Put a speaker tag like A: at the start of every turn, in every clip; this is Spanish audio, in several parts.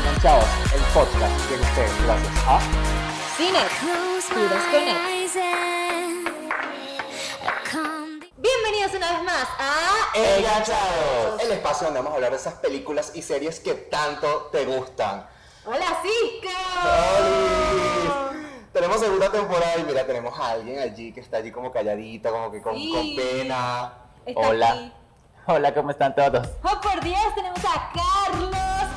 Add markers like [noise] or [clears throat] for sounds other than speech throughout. A: Enganchados, el podcast llega a ustedes gracias Ah, a
B: Cines, Judas Connect. Bienvenidos una vez más a
A: Enganchados, el espacio donde vamos a hablar de esas películas y series que tanto te gustan.
B: Hola Cisco.
A: ¡Olis! Tenemos segunda temporada y mira, tenemos a alguien allí que está allí como calladita, como que con,
B: Sí.
A: con pena.
B: Está
A: [laughs]
B: aquí.
C: Hola, ¿cómo están todos?
B: Oh por Dios, tenemos a Carlos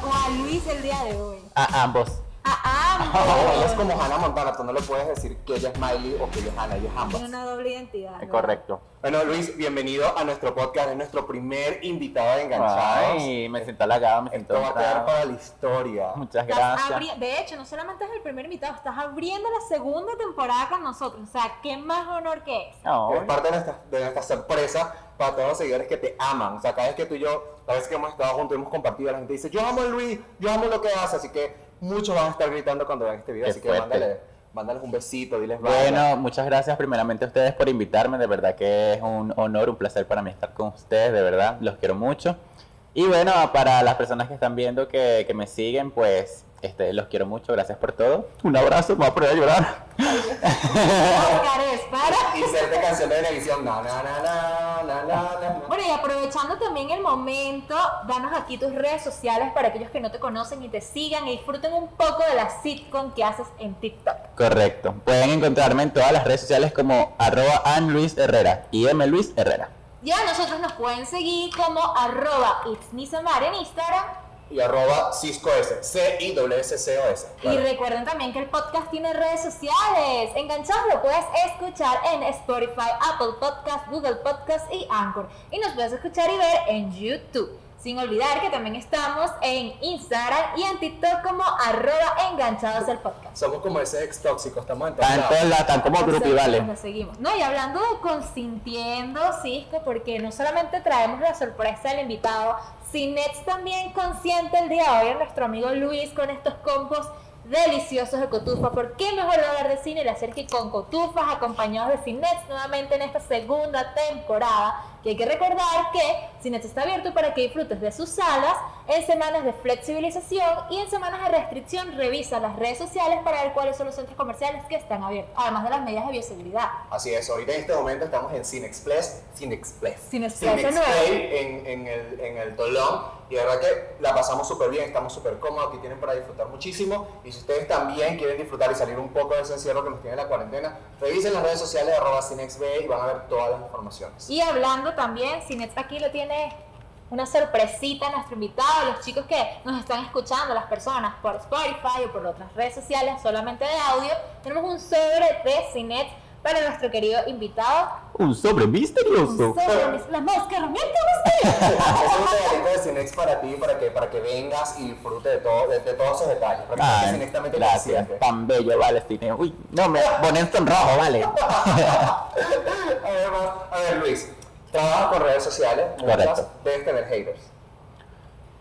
B: o a Luis el día de hoy.
C: A ambos.
A: Oh, ella
B: A
A: es
B: ambos.
A: como Hannah Montana, tú no le puedes decir que ella es Miley o que ella es Hannah, ella es ambas.
B: Tienen una doble identidad.
C: Eh,
B: ¿no?
C: Correcto.
A: Bueno, Luis, bienvenido a nuestro podcast, es nuestro primer invitado de Enganchados.
C: Ay, me siento halagado, me siento
A: Esto va a quedar
C: honrado.
A: para la historia.
C: Muchas
B: Estás abri-
C: gracias.
B: de hecho, no solamente es el primer invitado, estás abriendo la segunda temporada con nosotros. O sea, qué más honor que es.
C: [laughs] No,
A: Es parte de nuestra, de nuestra sorpresa para todos los seguidores que te aman. O sea, cada vez que tú y yo, cada vez que hemos estado juntos, hemos compartido, la gente dice, yo amo a Luis, yo amo lo que hace. Así que muchos van a estar gritando cuando vean este video.
C: Qué
A: así que
C: fuerte.
A: mándale, mándales un besito, diles bye.
C: bueno, muchas gracias primeramente a ustedes por invitarme. De verdad que es un honor, un placer para mí estar con ustedes, de verdad. Los quiero mucho. Y bueno, para las personas que están viendo, que, que me siguen, pues este, los quiero mucho. Gracias por todo. Un abrazo, me voy a poner a llorar.
B: Oscar es
C: [laughs]
B: para.
A: Inserte canción de televisión. Na, na, na, na, na, na, na.
B: Bueno, y aprovechando también el momento, danos aquí tus redes sociales para aquellos que no te conocen y te sigan y disfruten un poco de la sitcom que haces en TikTok.
C: Correcto. Pueden encontrarme en todas las redes sociales como arroba anluis herrera y m luis herrera.
B: Y a nosotros nos pueden seguir como arroba It's Me Samara en Instagram.
A: Y arroba Cisco S. C-I-S-C-O-S.
B: Y recuerden también que el podcast tiene redes sociales. Enganchados lo puedes escuchar en Spotify, Apple Podcast, Google Podcast y Anchor. Y nos puedes escuchar y ver en YouTube. Sin olvidar que también estamos en Instagram y en TikTok como arroba enganchados el podcast.
A: Somos como ese ex tóxico, estamos en todos
C: Tanto
A: lados.
C: la, tan como
B: Nos seguimos,
C: grupivales.
B: nos seguimos. No, y hablando de consintiendo, Cisco, porque no solamente traemos la sorpresa del invitado, Cinex también consiente el día de hoy a nuestro amigo Luis con estos combos deliciosos de cotufa. ¿Por qué mejor hablar de cine y hacer que con cotufas acompañados de Cinex nuevamente en esta segunda temporada? Que hay que recordar que Cinex está abierto para que disfrutes de sus salas en semanas de flexibilización y en semanas de restricción revisa las redes sociales para ver cuáles son los centros comerciales que están abiertos, además de las medidas de bioseguridad.
A: Así es, ahorita en este momento estamos en Cinexpress, Cinexpress,
B: Cinexpress, de nuevo.
A: Cinexplay en, en el, en el Tolón y de verdad que la pasamos súper bien, estamos súper cómodos, aquí tienen para disfrutar muchísimo y si ustedes también quieren disfrutar y salir un poco de ese encierro que nos tiene la cuarentena, revisen las redes sociales de arroba Cinexplay y van a ver todas las informaciones.
B: Y hablando también, Cinex aquí lo tiene una sorpresita a nuestro invitado, los chicos que nos están escuchando, las personas por Spotify o por otras redes sociales, solamente de audio, tenemos un sobre de Cinex para nuestro querido invitado.
C: Un sobre
B: Un
C: misterioso.
B: sobre, la mosca, miércoles.
A: es un regalito de Cinex para ti, para que, para que vengas y disfrute de, todo, de, de todos esos detalles, para que seas
C: Ay,
A: Cinex también te
C: gracias,
A: consiente.
C: tan bello, vale, Stine. Uy, no, me ponen sonrojo, vale.
A: Además, a ver Luis, trabajas con redes sociales, muchas,
C: Correcto.
A: debes tener haters.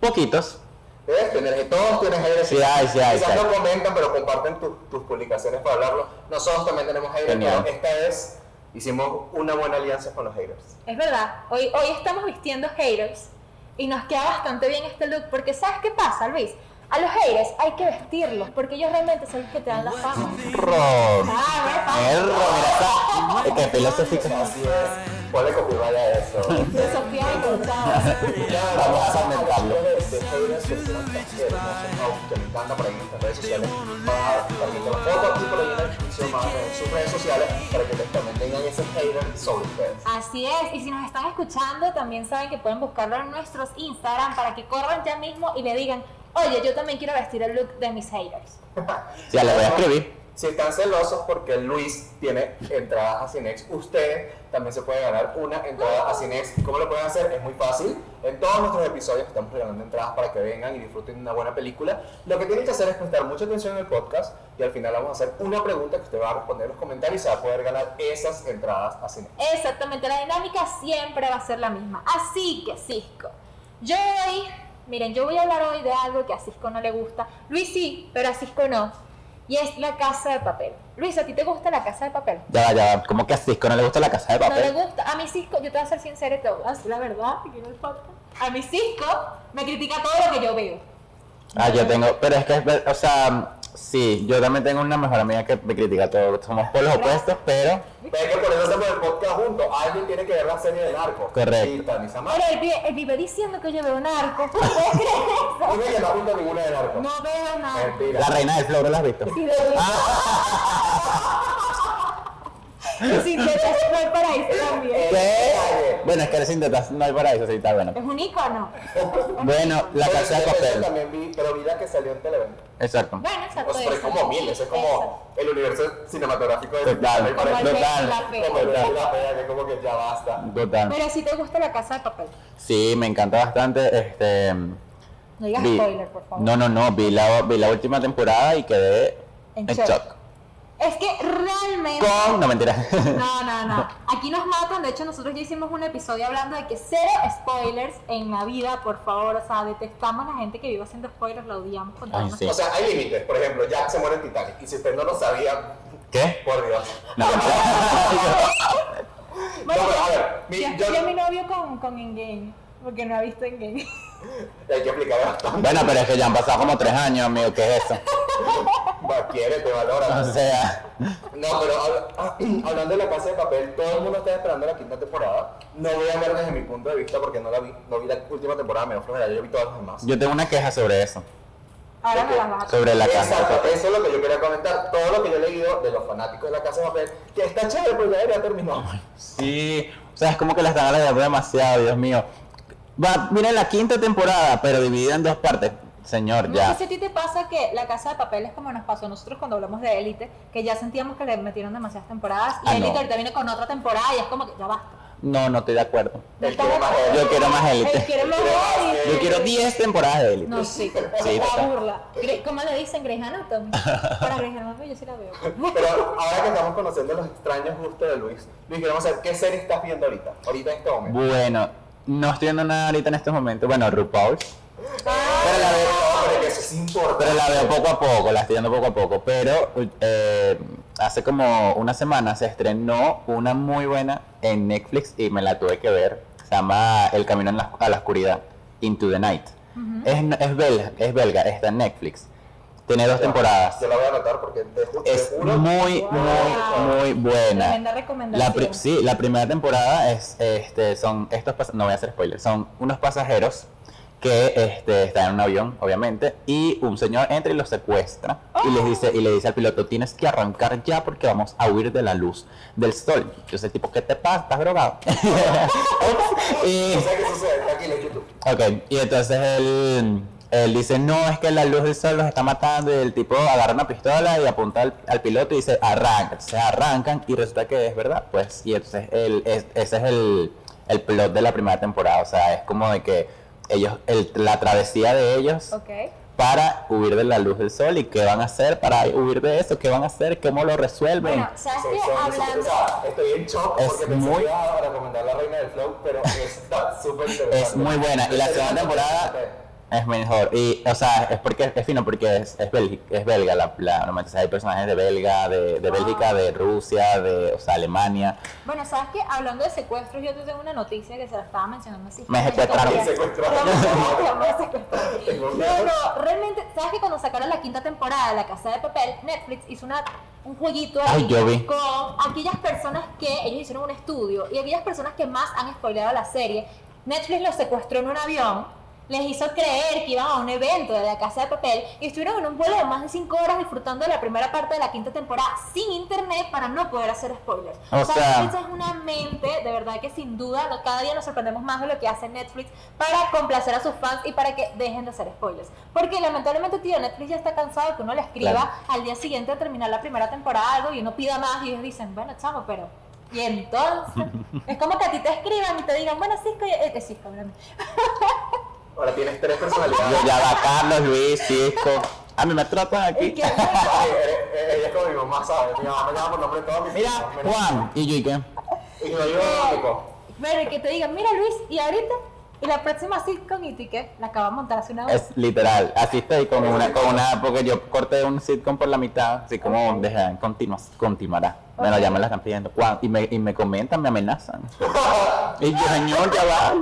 C: Poquitos.
A: Debes tener, que todos tienen haters.
C: Sí hay, sí hay,
A: Quizás
C: sí hay.
A: no comentan, pero comparten tu- tus publicaciones para hablarlo. Nosotros también tenemos haters,
C: Genial.
A: pero esta vez hicimos una buena alianza con los haters.
B: Es verdad, hoy, hoy estamos vistiendo haters y nos queda bastante bien este look porque ¿sabes qué pasa, Luis? A los haters hay que vestirlos porque ellos realmente son los que te dan la fama.
C: Error.
B: Ah, bueno, fama.
C: Error,
B: [laughs]
C: mira, está. Qué filosófico.
A: [laughs] Así es. Ponle copyright a eso.
B: Filosofía inculcada.
A: [laughs]
C: Vamos a aumentarlo.
A: De haters que son tan hermosos, que me encanta por ahí en nuestras redes sociales. Van a estar viendo las fotos y por ahí en la descripción van a ver sus redes sociales para que ustedes también tengan ese hater sobre ustedes.
B: Así es, y si nos están escuchando, también saben que pueden buscarlo en nuestros Instagram para que corran ya mismo y le digan, oye, yo también quiero vestir el look de mis haters.
C: Ya le voy a escribir.
A: Si están celosos porque Luis tiene entradas a Cinex, ustedes también se pueden ganar una entrada a Cinex. ¿Cómo lo pueden hacer? Es muy fácil. En todos nuestros episodios estamos regalando entradas para que vengan y disfruten de una buena película. Lo que tienen que hacer es prestar mucha atención en el podcast y al final vamos a hacer una pregunta que usted va a responder en los comentarios y se va a poder ganar esas entradas a Cinex.
B: Exactamente, la dinámica siempre va a ser la misma. Así que, Cisco, yo hoy, miren, yo voy a hablar hoy de algo que a Cisco no le gusta. Luis sí, pero a Cisco no. y es La Casa de Papel. Luis, ¿a ti te gusta La Casa de Papel?
C: Ya va, ya va. ¿Cómo que a Cisco no le gusta la casa de
B: No le
C: papel?
B: gusta. A mí Cisco, yo te voy a ser sincera y te voy a decir la verdad, que quiero el podcast. A mí Cisco me critica todo lo que yo veo.
C: ah, yo tengo. Pero es que, es ver- o sea, sí, yo también tengo una mejor amiga que me critica todo. Somos polos opuestos, pero.
A: Pero es que por eso hacemos el podcast juntos. Alguien tiene que ver la serie de narcos.
C: Correcto.
A: Y Tani Samara.
B: Ahora, él, vive- él vive diciendo que yo veo narcos. ¿Ustedes creen eso?
A: Dime que no has visto ninguna de narcos.
B: No veo narcos.
A: Mentira.
C: La reina del flow, ¿no la has visto?
B: Sí, veo
A: Ah.
B: Y sin tetas no hay paraíso
A: Eh.
B: también.
C: [laughs] ¿Qué? Bueno, es que sin tetas no hay paraíso, sí, está bueno.
B: Es un ícono.
C: Bueno, la
A: Pero
C: casa de
A: yo
C: papel.
A: también vi, pero vi la que salió en Televen.
C: Exacto.
B: Bueno, exacto.
A: O sea, pero es
B: eso.
A: como mil, eso es
B: Eso.
A: como el universo cinematográfico de
C: Total,
A: Televen, parece-
B: Como el
C: total,
B: la fe.
A: Como el
C: total,
A: de la fea, que como que ya basta.
C: total.
B: Pero si te gusta la casa de papel.
C: Sí, me encanta bastante. Este,
B: No digas
C: vi-
B: spoiler, por favor.
C: No, no, no, vi la, vi la última temporada y quedé
B: En
C: en,
B: shock.
C: shock.
B: Es que realmente.
C: Con, no
B: [laughs]
C: mentira.
B: No, no, no. Aquí nos matan. De hecho, nosotros ya hicimos un episodio hablando de que cero spoilers en la vida, por favor. O sea, detestamos a la gente que vive haciendo spoilers, la odiamos con todo.
C: Ay,
B: nuestro-
C: sí.
A: O sea, hay límites. Por ejemplo, Jack se muere en Titanic. Y si usted no lo sabía,
C: ¿Qué?
A: por Dios.
C: No, mentira.
B: Bueno,
A: No, pero a
B: yo-
A: ver, mi-
B: yo
A: yo-
B: escribí a mi novio con, con Endgame, porque no ha visto Endgame.
A: Hay que explicar bastante.
C: bueno, pero es que ya han pasado como tres años, amigo, ¿qué es eso?
A: Va, quiere, te valora.
B: [laughs]
C: O sea,
A: No, pero habla- ah, [clears throat] hablando de la casa de papel, todo el mundo está esperando la quinta temporada. No voy a ver desde mi punto de vista porque no la vi. No vi la última temporada, me dio flojera, yo vi todas las demás.
C: yo tengo una queja sobre eso,
B: [laughs] Ahora
A: Ok.
B: me la mata.
C: sobre la casa. de
A: Exacto,
C: papel.
A: eso es lo que yo quería comentar. Todo lo que yo he leído de los fanáticos de la casa de papel, que está chévere, pero ya debería
C: Oh
A: terminar.
C: Sí, o sea, es como que la están alargando demasiado, Dios mío. Va, miren la quinta temporada, pero dividida en dos partes. Señor,
B: No sé
C: ya.
B: si a ti te pasa que la casa de papel es como nos pasó a nosotros cuando hablamos de Élite, que ya sentíamos que le metieron demasiadas temporadas y
C: Ah,
B: Élite
C: no.
B: ahorita viene con otra temporada y es como que ya basta.
C: No, no estoy de acuerdo.
B: No
A: Él
B: está
A: quiere
B: de
A: más
B: acuerdo.
A: Élite.
C: Yo quiero más
B: Él
C: élite.
B: quiere más
A: Quiere más
B: Élite.
A: Élite.
C: Yo quiero 10 temporadas de élite.
B: No, sí.
C: Sí,
B: la
C: total.
B: burla. Gre- ¿Cómo le dicen Grey's Anatomy? Para Grey's Anatomy yo sí la veo.
A: Pero ahora que estamos conociendo los extraños gustos de Luis, Luis, queremos saber qué serie estás viendo ahorita, ahorita en este momento.
C: Bueno, no estoy viendo nada ahorita en estos momentos. Bueno, RuPaul.
A: Pero la veo, no, pero que eso es importante.
C: Pero la veo poco a poco, la estoy viendo poco a poco. Pero eh, hace como una semana se estrenó una muy buena en Netflix y me la tuve que ver. Se llama El Camino en la- a la Oscuridad, Into the Night. es, es, belga, es belga, está en Netflix. Tiene dos temporadas.
A: Yo la voy a anotar porque te, ju- te
C: Es
A: juro. [laughs]
C: muy,
B: Wow.
C: muy, muy buena.
B: Tremenda
C: La
B: recomendación.
C: pri- sí, la primera temporada es, este, son estos pas- no voy a hacer spoiler, son unos pasajeros que este, están en un avión, obviamente, y un señor entra y los secuestra y les dice y le dice al piloto tienes que arrancar ya porque vamos a huir de la luz del sol. Yo sé tipo qué te pasa, estás drogado. y,
A: O sea, ¿qué sucede? Tranquilo, en YouTube.
C: Ok, y entonces él, él dice, no, es que la luz del sol los está matando y el tipo agarra una pistola y apunta al, al piloto y dice, arranca, entonces arrancan y resulta que es verdad, pues, y entonces él, es- ese es el, el plot de la primera temporada, o sea, es como de que ellos, el- la travesía de ellos
B: Ok.
C: para huir de la luz del sol y qué van a hacer para huir de eso, qué van a hacer, cómo lo resuelven.
B: Bueno, ¿sabes
A: Soy-
B: qué?
A: soy-
B: Hablando...
A: o sea, estoy en shock
C: Es
A: porque pensé
C: muy-
A: que iba a recomendar la reina del flow, pero está súper interesante.
C: Es muy buena. Y la segunda temporada es mejor. Y, o sea, es porque es fino porque es, es, belgi- es belga. La, la, normalmente, o sea, hay personajes de belga, de,
B: Ah.
C: de Bélgica, de Rusia, de o sea, Alemania.
B: Bueno, ¿sabes qué? Hablando de secuestros, yo te tengo una noticia que se la estaba mencionando así.
C: Me secuestraron.
B: Me [laughs]
A: Secuestraron.
B: Me secuestraron.
A: Tengo
B: No,
A: miedo.
B: no, realmente, ¿sabes que cuando sacaron la quinta temporada de La Casa de Papel, Netflix hizo una, un jueguito ahí
C: Ay, yo vi.
B: con aquellas personas que, ellos hicieron un estudio, y aquellas personas que más han spoileado la serie, Netflix los secuestró en un avión, les hizo creer que iban a un evento de La Casa de Papel, y estuvieron en un vuelo de más de 5 horas disfrutando de la primera parte de la quinta temporada sin internet para no poder hacer spoilers.
C: O sea-
B: Netflix es una mente, de verdad que sin duda, no- cada día nos sorprendemos más de lo que hace Netflix para complacer a sus fans y para que dejen de hacer spoilers. Porque lamentablemente, tío, Netflix ya está cansado de que uno le escriba
C: Claro.
B: al día siguiente de terminar la primera temporada algo y uno pida más y ellos dicen, bueno, chamo, pero... Y entonces,
C: [laughs]
B: es como que a ti te escriban y te digan, bueno, Cisco, eh, que Cisco, háblame.
A: Ahora tienes tres personalidades.
C: Yo ya va Carlos, Luis, Cisco. A mí me tratan
B: Y
C: aquí.
B: que,
A: Ay, eres- eres- [laughs] Ella es como mi mamá, ¿sabes? Mi mamá me llama por nombre de todos mis
C: Mira,
A: hijos.
C: Juan. ¿Y yo y qué?
A: Y yo digo, tipo,
B: bueno, y que te digan, mira Luis, y ahorita Y la próxima sitcom y ticket la acabo de montar hace una hora.
C: Es literal, así estoy con una, con una, porque yo corté un sitcom por la mitad, así como
B: Ok.
C: dejan, continuas, continuará. Bueno,
B: Ok.
C: ya me la están pidiendo. Guau, Y me, y me comentan,
B: [laughs]
C: me amenazan. y yo, señor, ya va.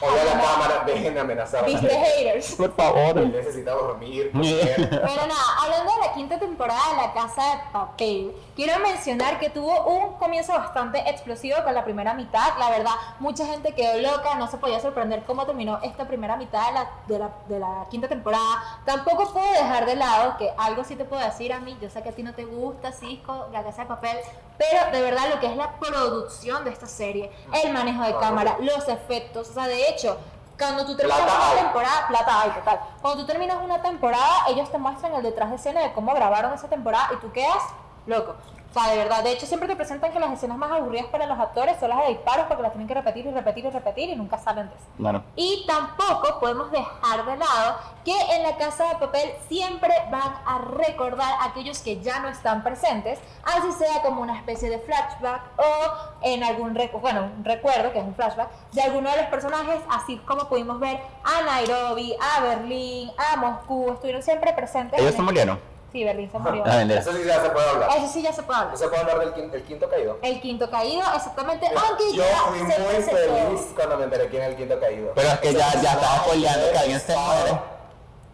A: Oye, la cámara, dejen amenazar.
B: Viste haters.
C: Por favor.
A: Necesitamos dormir. comer.
B: Pero nada, hablando de la quinta temporada de La Casa de Papel, quiero mencionar que tuvo un comienzo bastante explosivo con la primera mitad. La verdad, mucha gente quedó loca, no se podía sorprender cómo terminó esta primera mitad de la, de la, de la quinta temporada. Tampoco puedo dejar de lado que algo sí te puedo decir a mí, yo sé que a ti no te gusta, Cisco, La Casa de Papel, pero de verdad lo que es la producción de esta serie, el manejo de
A: Ah,
B: cámara, los efectos, o sea, de hecho... Cuando tú terminas
A: Plata
B: una
A: hay.
B: temporada, plata hay, total. Cuando tú terminas una temporada, ellos te muestran el detrás de escena de cómo grabaron esa temporada y tú quedas loco. O sea, de verdad, de hecho siempre te presentan que las escenas más aburridas para los actores son las de disparos porque las tienen que repetir y repetir y repetir y nunca salen de eso.
C: Bueno,
B: Y tampoco podemos dejar de lado que en la casa de papel siempre van a recordar a aquellos que ya no están presentes, así sea como una especie de flashback o en algún recu- bueno, un recuerdo, que es un flashback, de alguno de los personajes, así como pudimos ver a Nairobi, a Berlín, a Moscú, estuvieron siempre presentes.
C: ellos
B: en
C: se
B: el-
C: murieron.
B: Sí, Berlín se murió.
C: Ah, mentira.
A: Eso sí ya se puede hablar.
B: Eso sí ya se puede
A: No
B: hablar.
A: se puede hablar del quin- el quinto caído.
B: El quinto caído, exactamente, aunque
A: Yo
B: ya
A: fui
B: se
A: muy
B: presentó.
A: feliz cuando me enteré quién era el quinto caído.
C: Pero es que ya, ya estaba spoileando que alguien se muere.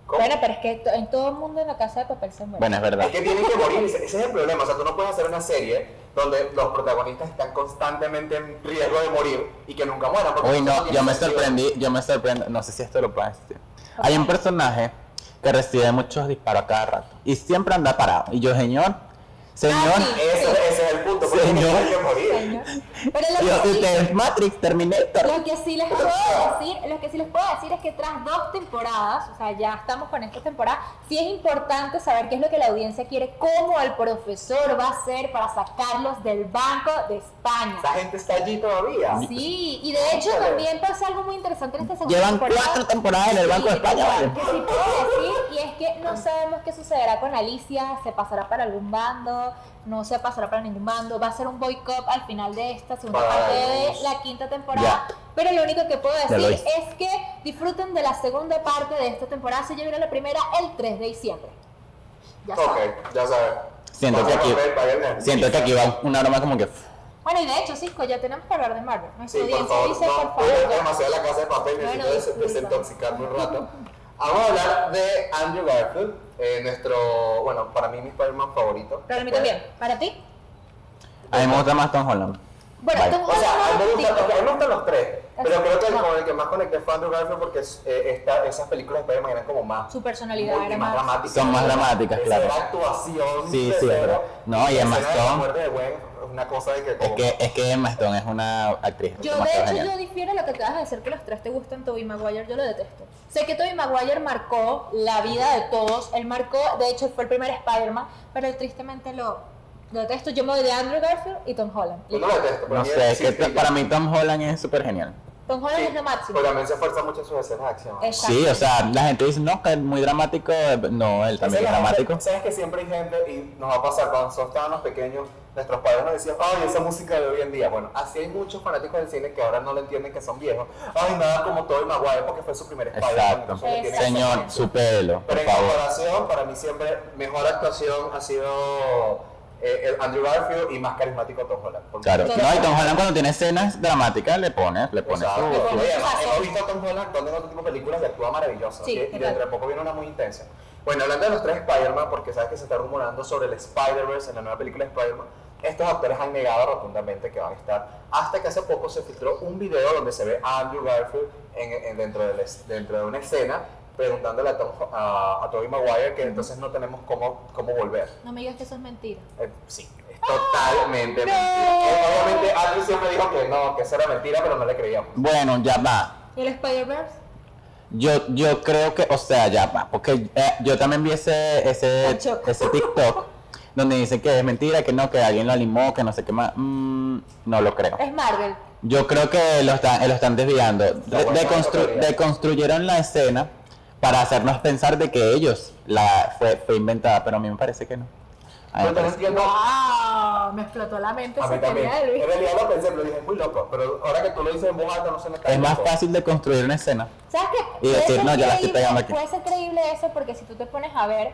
A: ¿Cómo?
B: Bueno, pero es que to- en todo el mundo en la casa de papel se muere.
C: Bueno, es verdad.
A: Es que tienen que morir, ese ese es el problema. O sea, tú no puedes hacer una serie donde los protagonistas están constantemente en riesgo de morir y que nunca mueran. porque
C: Uy,
A: eso
C: no,
A: tiene
C: yo me
A: sentido.
C: sorprendí, yo me sorprendo, no sé si esto lo puedes decir. Hay un personaje que recibe muchos disparos a cada rato y siempre anda parado. Y yo, señor, señor,
B: Ah, sí.
A: Ese, ese es el punto, porque
C: Señor.
A: tienen que morir.
B: Señor. Pero lo
C: yo,
B: que, sí,
C: usted es Matrix, Terminator.
B: lo que sí les puedo decir, lo que sí les puedo decir es que tras dos temporadas, o sea, ya estamos con esta temporada, sí es importante saber qué es lo que la audiencia quiere, cómo el profesor va a hacer para sacarlos del Banco de España.
A: Esa gente está allí todavía.
B: Sí, y de hecho también pasa algo muy interesante en esta segunda
C: Llevan
B: temporada.
C: cuatro temporadas
A: Ah,
C: en el Banco de
B: Sí,
C: España,
B: total,
C: vale.
B: Que sí puedo decir, y es que no sabemos qué sucederá con Alicia, se pasará para algún bando, no se pasará para ningún bando, va a ser un boicot al final de esta segunda
A: Vale.
B: parte de la quinta temporada.
C: Ya.
B: Pero lo único que puedo
C: Ya lo
B: decir
C: hice.
B: es que disfruten de la segunda parte de esta temporada, se llevará la primera el 3 de diciembre. Ya
A: Ok,
B: saben.
A: ya sabes.
C: Siento
A: Vamos
C: que aquí-
A: a ver, para ver,
C: Siento que aquí va una broma como que...
B: Bueno, y de hecho, Cisco, ya tenemos que hablar de Marvel. Nuestra
A: Sí, por
B: audiencia
A: favor,
B: dice,
A: no,
B: por
A: voy a
B: favor,
A: ver
B: ya.
A: demasiado la casa de papel,
B: Bueno,
A: necesito des-
B: disculpa.
A: desintoxicarme un rato. Vamos a hablar de Andrew Garfield, eh, nuestro, bueno, para mí mi Spider-Man favorito.
B: Para mí también. ¿Para ti?
C: A mí me gusta más Tom Holland.
B: Bueno,
C: Vale.
B: tú-
A: Pues, O sea, a mí me gusta-
B: Sí.
A: o sea, a mí me gustan los tres, pero
B: Ajá.
A: creo que el, con el que más conecté fue Andrew Garfield porque es- eh, esta- esas películas de Spider-Man eran como más,
B: su
A: muy-
B: personalidad era
A: más
B: más.
A: dramáticas.
C: Son más dramáticas,
A: Esa
C: claro.
A: era actuación.
C: Sí,
A: de
C: sí,
A: cero.
C: verdad. No, y
A: la escena
C: Emma
A: de la
C: Stone-
A: muerte de Gwen es una cosa de que
C: Es
A: como-
C: que, es que Emma Stone es una actriz.
B: Yo, de
C: demasiado
B: hecho,
C: genial.
B: yo difiero lo que acabas de decir que los tres te gustan. Tobey Maguire, yo lo detesto. Sé que Tobey Maguire marcó la vida de todos. Él marcó, de hecho, fue el primer Spider-Man, pero él tristemente lo, lo detesto. Yo me voy de Andrew Garfield y Tom Holland.
A: Yo Pues no lo detesto, pero
C: No
A: a mí
C: sé, es
A: sí,
C: que
A: sí,
C: t-
A: ya.
C: para mí Tom Holland es súper genial.
B: Tom Holland
A: Sí,
B: es lo máximo.
A: Pero también se esfuerza mucho en sus escenas de acción.
B: Es
C: Sí, o sea, la gente dice, no, que es muy dramático. eh, No, él también es
A: Esa es la gente-
C: dramático.
A: Sabes que siempre hay gente, y nos va a pasar cuando nosotros estábamos pequeños, nuestros padres nos decían, ay, esa música de hoy en día. Bueno, así hay muchos fanáticos del cine que ahora no lo entienden, que son viejos. Ay, nada como todo el Maguire porque fue su primer Spider-Man.
C: Exacto.
A: entonces le tienen-
B: Exacto.
C: Señor, su pelo, por
A: Pero en
C: favor.
A: comparación, para mí siempre mejor actuación ha sido eh, el Andrew Garfield y más carismático Tom Holland. Por
C: Claro,
A: mucho.
C: no, y Tom Holland cuando tiene escenas dramáticas le pone, le pone
A: Exacto.
C: su...
B: pone
A: Oye,
B: su
A: además,
B: sazón.
A: Hemos visto a Tom Holland actuando en otro tipo de películas y actúa maravilloso.
B: Sí,
A: y, y
B: total.
A: dentro de poco viene una muy intensa. Bueno, hablando de los tres Spider-Man, porque sabes que se está rumorando sobre el Spider-Verse en la nueva película de Spider-Man, estos actores han negado rotundamente que van a estar. Hasta que hace poco se filtró un video donde se ve a Andrew Garfield en- en- dentro, del es- dentro de una escena preguntándole a, Tom, a, a Tobey Maguire que entonces no tenemos cómo, cómo volver.
B: No me digas que eso es mentira.
A: Eh, sí, es totalmente
B: Ah, no.
A: mentira. Eh, Obviamente Andrew siempre dijo que no, que eso era mentira, pero no le creíamos.
C: Bueno, ya va.
B: ¿Y el Spider-Verse?
C: Yo, yo creo que, o sea, ya va, porque eh, yo también vi ese, ese,
B: El choco.
C: ese TikTok donde dice que es mentira, que no, que alguien lo animó, que no sé qué más. Mm, no lo creo.
B: Es Marvel.
C: Yo creo que lo están, lo están desviando. De-
A: bueno,
C: deconstru-
A: bueno,
C: deconstruyeron la escena para hacernos pensar de que ellos la fue, fue inventada, pero a mí me parece que no. Ay,
A: Yo no
C: pues,
A: entiendo.
B: ¡Wow! Ah, Me explotó la mente
A: Ah, A
B: esa
A: mí también.
B: teoría de Luis.
A: En realidad lo pensé, pero dije, es muy loco. Pero ahora que tú lo dices en voz alta, no se me cae.
C: es más
A: loco.
C: fácil de construir una escena.
B: ¿Sabes qué?
C: Y
B: Puede
C: decir,
B: ser
C: no, ya la estoy
B: creíble-
C: pegando aquí.
B: Puede ser creíble eso porque si tú te pones a ver,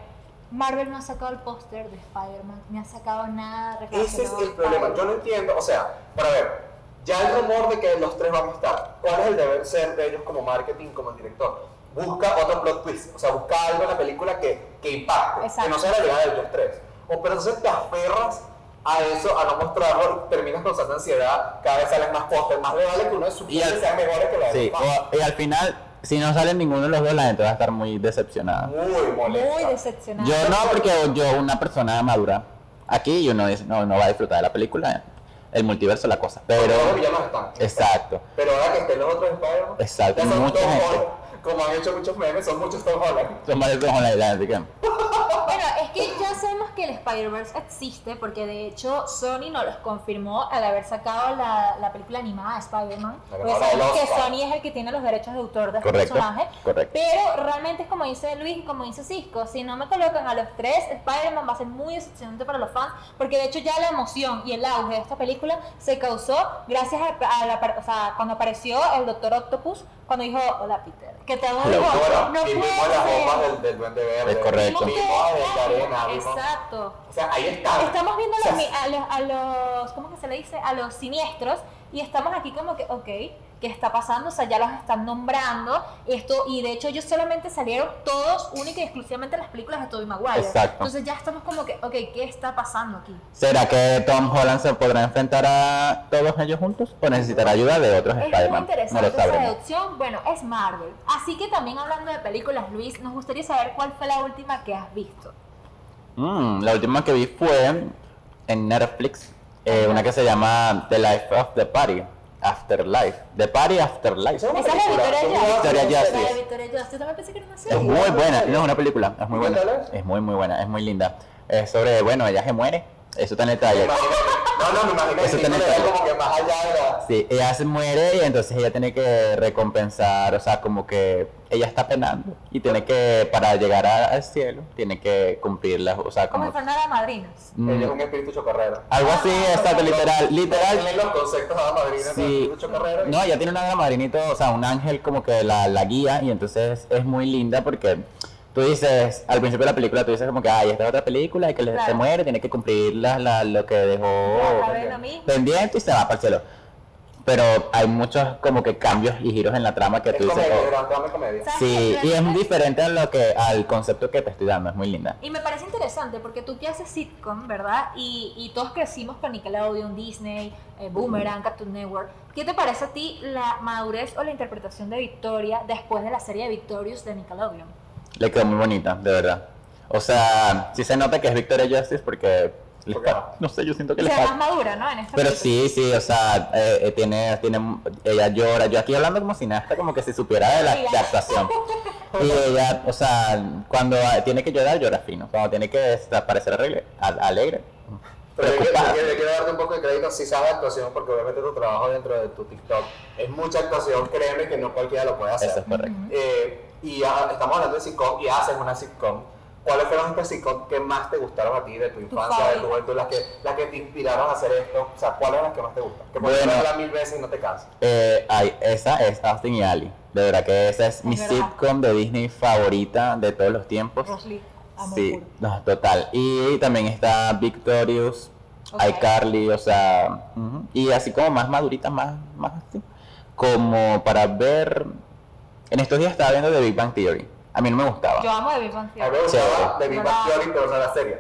B: Marvel no ha sacado el póster de Spider-Man, ni ha sacado nada
A: Ese es
B: relacionado a
A: el problema. Yo
B: Spider-Man.
A: no entiendo, o sea, para ver, ya el rumor de que los tres van a estar, ¿cuál es el deber ser de ellos como marketing, como el director? Busca otro plot twist, o sea, busca algo en la película que, que impacte, que
B: Exacto.
A: no sea la llegada de los tres. O, pero entonces te aferras a eso, a no mostrarlo, y terminas con esa ansiedad, cada vez sales más póster, más le vale que uno de sus
C: Y al-
A: sean mejores que la de
C: Sí,
A: los fans.
C: o- y al final, si no sale ninguno de los dos, la gente va a estar muy decepcionada.
A: Muy molesta.
B: Muy decepcionado.
C: Yo no, porque yo, una persona madura, aquí yo no, dis- no, no va a disfrutar de la película, el multiverso, la cosa.
A: Porque todos los
C: Pero,
A: villanos están.
C: exacto.
A: Pero ahora que estén los otros Spider-Man,
C: Exacto,
A: ya son
C: mucha
A: Tom
C: gente.
A: Holland, como han hecho muchos memes, son muchos Tom Holland.
C: Son varios con la idea de que-
B: Bueno, es que ya sabemos que el Spider-Verse existe porque de hecho Sony nos los confirmó al haber sacado la, la película animada de Spider-Man.
A: La
B: Porque
A: ganadora del
B: sabemos que
A: Oscar.
B: Sony es el que tiene los derechos de autor de este
C: Correcto,
B: personaje.
C: correcto.
B: Pero realmente es como dice Luis y como dice Cisco, si no me colocan a los tres, Spider-Man va a ser muy decepcionante para los fans porque de hecho ya la emoción y el auge de esta película se causó gracias a, a la, par- o sea, cuando apareció el Doctor Octopus, cuando dijo, hola Peter, que te hago
C: Hola,
A: Bueno,
B: no
A: y
B: puede
A: vimos las
B: ser".
A: bombas del, del Duende Verde.
C: Es correcto.
B: Vimos
A: Vimos el
B: que-
A: de arena, vimos. Ah.
B: Exacto.
A: O sea, ahí está.
B: Estamos viendo
A: O
B: a
A: sea,
B: los, mi- a, los, a los- ¿cómo que se le dice? A los siniestros y estamos aquí como que, ok, ¿qué está pasando? O sea, ya los están nombrando esto y de hecho ellos solamente salieron todos única y exclusivamente en las películas de Tobey Maguire.
C: Exacto.
B: Entonces ya estamos como que, ok, ¿qué está pasando aquí?
C: ¿Será que Tom Holland se podrá enfrentar a todos ellos juntos o necesitará ayuda de otros
B: Es muy
C: Spider-Man? No
B: interesante
C: lo
B: esa
C: sabremos.
B: deducción. Bueno, es Marvel. Así que también hablando de películas, Luis, nos gustaría saber cuál fue la última que has visto.
C: Mm, la última que vi fue en Netflix, eh, una que se llama The Life of the Party, Afterlife. The Party Afterlife.
A: Esa es una
B: Esa es la de
A: película,
B: Victoria
A: es
B: Justice.
A: una
C: Victoria
A: película.
C: Justice.
B: La de Victoria Justice. Yo también pensé que era una
C: Es
B: serie.
C: muy buena, no es una película, es muy buena.
A: Cuéntala.
C: Es muy, muy buena, es muy linda. Es sobre, bueno, ella se muere, eso está en el
A: Me
C: taller.
A: imaginé- No, no, me imaginé.
C: Eso
A: Eso
C: tenés que ver.
A: como que más allá de la...
C: Sí, ella se muere y entonces ella tiene que recompensar, o sea, como que ella está penando y tiene que, para llegar a- al cielo, tiene que cumplirlas, o sea,
B: Como
C: como...
B: enfermera de madrinas.
C: Mm,
A: Ella es Ah, un espíritu chocarrero.
C: algo así, exacto, literal, literal.
A: Tienen los conceptos de la madrina sí.
C: Sí.
A: espíritu chocarrero.
C: No, ella tiene una gran madrinita, o sea, un ángel como que la, la guía y entonces es muy linda porque tú dices, al principio de la película, tú dices como que, ay, esta es otra película y que le- se
B: Claro.
C: muere, tiene que cumplir la, la- lo que
B: Ya,
C: dejó
B: otra vez lo mismo.
C: pendiente y se va para el cielo. Pero hay muchos como que cambios y giros en la trama que
A: es
C: tú dices,
A: comedia,
C: oh,
A: gran drama y comedia.
B: ¿Sabes
C: sí,
B: qué?
C: y es muy diferente a lo que, al concepto que te estoy dando, es muy linda.
B: Y me parece interesante porque tú que haces sitcom, ¿verdad? Y, y todos crecimos con Nickelodeon, Disney, eh, Boomerang, Cartoon Network. ¿Qué te parece a ti la madurez o la interpretación de Victoria después de la serie de Victorious de Nickelodeon?
C: Le quedó muy bonita, de verdad. O sea, sí se nota que es Victoria Justice porque... le
A: Porque-
C: fa- no sé, yo siento que
B: O
C: le
B: sea, más
C: falta...
B: madura, ¿no? En este esta
C: Pero
B: película.
C: sí, sí, o sea, eh, eh, tiene, tiene, ella llora. Yo aquí hablando como cineasta, como que si supiera de la de actuación. Y ella, o sea, cuando eh, tiene que llorar, llora fino. Cuando tiene que desaparecer alegre, a- alegre.
A: Pero yo,
C: preocupada.
A: yo- yo quiero darte un poco de crédito si sabes actuación, porque obviamente tu trabajo dentro de tu TikTok es mucha actuación, créeme que no cualquiera lo puede hacer.
C: Eso es correcto.
A: Eh, y ah, estamos hablando de sitcom y haces una sitcom. ¿Cuáles fueron estas sitcom que más te gustaron a ti de tu infancia, de tu
B: favorita.
A: juventud, las que, las que te inspiraron a hacer esto? O sea, ¿cuáles son las que más te gustan? Que puedes
C: Bueno.
A: verla mil veces y no te cansas.
C: Eh, ay, esa es Austin y Ali. De verdad que esa es mi
B: verdad.
C: sitcom de Disney favorita de todos los tiempos.
B: Rosly, amor
C: Sí,
B: puro.
C: no, total. Y también está Victorious,
B: Ok.
C: iCarly, o sea, ujú. y así como más madurita, más, más así. Como para ver. En estos días estaba viendo The Big Bang Theory. A mí no me gustaba.
B: Yo amo de Big Bang
A: A mí
B: Theory.
A: me gustaba
C: Chévere.
A: de Big Bang Theory, pero no la serie.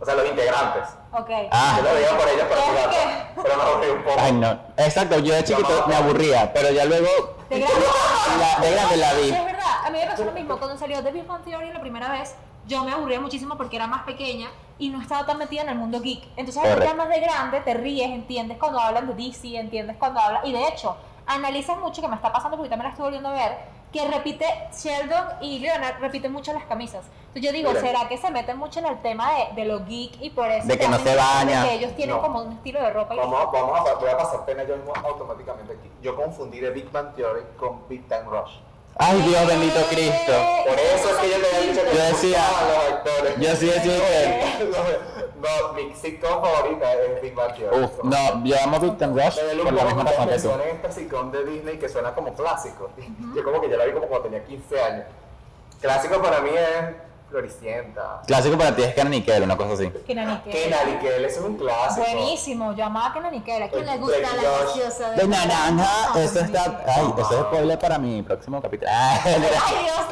A: O sea, los integrantes.
B: Ok.
C: Ah.
A: Yo la veía por ellos para
B: ¿Cómo
A: jugar,
B: que?
A: pero me aburrí un poco.
C: Ay, no. Exacto, yo de chiquito
A: amaba.
C: me aburría, pero ya luego. [laughs]
B: De grande.
C: la- de grande la vi.
B: Es verdad, a mí me pasó lo mismo. Cuando salió The Big Bang Theory la primera vez, yo me aburría muchísimo porque era más pequeña y no estaba tan metida en el mundo geek. Entonces, ahora ya
C: Correcto.
B: más de grande, te ríes, entiendes cuando hablan de DC, entiendes cuando hablan. Y de hecho, analizas mucho, que me está pasando porque también la estoy volviendo a ver, que repite Sheldon y Leonard repiten mucho las camisas. Entonces, yo digo,
A: Mira.
B: ¿será que se meten mucho en el tema de, de lo geek y por eso.
C: De que
B: te
C: no
B: hacen
C: se
B: sentir
C: baña.
B: Que ellos tienen
A: No.
B: como un estilo de ropa y.
A: Vamos, vamos a, voy a pasar pena yo mismo automáticamente aquí. Yo confundí The Big Bang Theory con Big Time Rush.
C: Ay, Dios bendito Cristo.
A: Por eso es que yo te había dicho que
C: Yo
A: me
C: decía-
A: gustaban los actores.
C: Yo sí decía que.
A: Los- [laughs] No, mi sitcom favorita es Big Bang Theory.
C: Uf, no, yo amo Victim Rush
A: Me duele
C: por
A: un
C: la
A: poco como
C: misma razón
A: que
C: que tú.
A: suena esta este sitcom de Disney que suena como clásico. [laughs] Yo como que ya la vi como cuando tenía 15 años. Clásico para mí es Floricienta.
C: Clásico para ti es Kenan y Kel, una cosa así.
B: Que
A: Que Nariquel, eso es un clásico.
B: Buenísimo, yo amaba que naniquera. ¿A quién le
A: El
B: gusta la
A: Drake Josh.
B: gaseosa de pues,
C: De naranja,
B: Ay,
C: eso está. Ay, eso es spoiler para mi próximo capítulo. [laughs] Ah,
B: Ay Dios,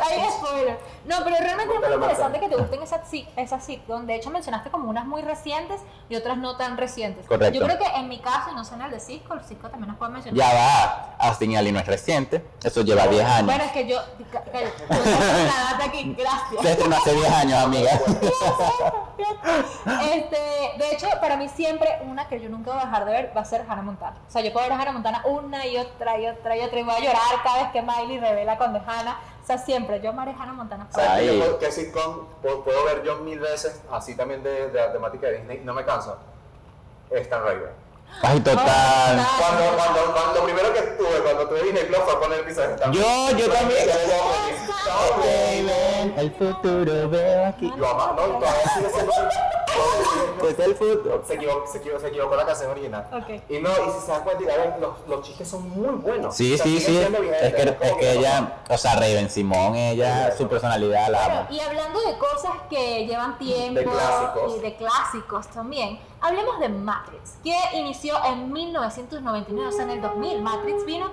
B: ay spoiler. No, pero realmente es muy
A: Búscalo,
B: interesante
A: Marta.
B: que te gusten esas sit- esas sitcom. De hecho, mencionaste como unas muy recientes y otras no tan recientes.
C: Correcto.
B: Yo creo que en mi caso, y no sé en el de Cisco, el Cisco también nos puede mencionar.
C: ya va. Austin y Ali no es reciente. Eso lleva 10 años.
B: Bueno, es que yo. ca- ca- yo tengo la data aquí,
C: Se
B: gracias.
C: estrenó hace 10 años,
B: [laughs]
C: amiga.
B: Este, de hecho, para mí siempre una que yo nunca voy a dejar de ver va a ser Hannah Montana. O sea, yo puedo ver a Hannah Montana una y otra y otra y otra y voy a llorar cada vez que Miley revela cuando es Hannah. O sea, siempre yo amaré Hannah Montana.
A: ¿Sabes qué
C: Ay.
A: yo puedo- qué sitcom puedo, puedo ver yo mil veces así también de, de la temática de Disney? No me canso. Stan Raven.
C: Ay, total.
B: Ay,
A: Cuando, cuando, cuando lo primero que tuve, cuando tuve Disney Plus fue poner episodios de Stan
C: Yo, yo también.
A: "Oh, Chao, baby.
C: El futuro veo aquí.
A: Yo amaba, no, y todavía sigue siendo-
C: Es el futuro.
A: [laughs] Se equivocó, se equivocó, se equivocó la canción original.
B: Ok.
A: Y no, y si se dan cuenta, y la ven, los, los chistes son muy buenos.
C: Sí,
A: O sea,
C: sí,
A: siguen
C: sí.
A: siendo vigentes,
C: Es que,
A: como
C: es que
A: no-
C: ella, o sea, Raven Simón, ella, su personalidad la
B: Bueno,
C: amo.
B: y hablando de cosas que llevan tiempo
A: De clásicos.
B: y de clásicos también, hablemos de Matrix, que inició en 1999, o sea, en el 2000. Matrix vino,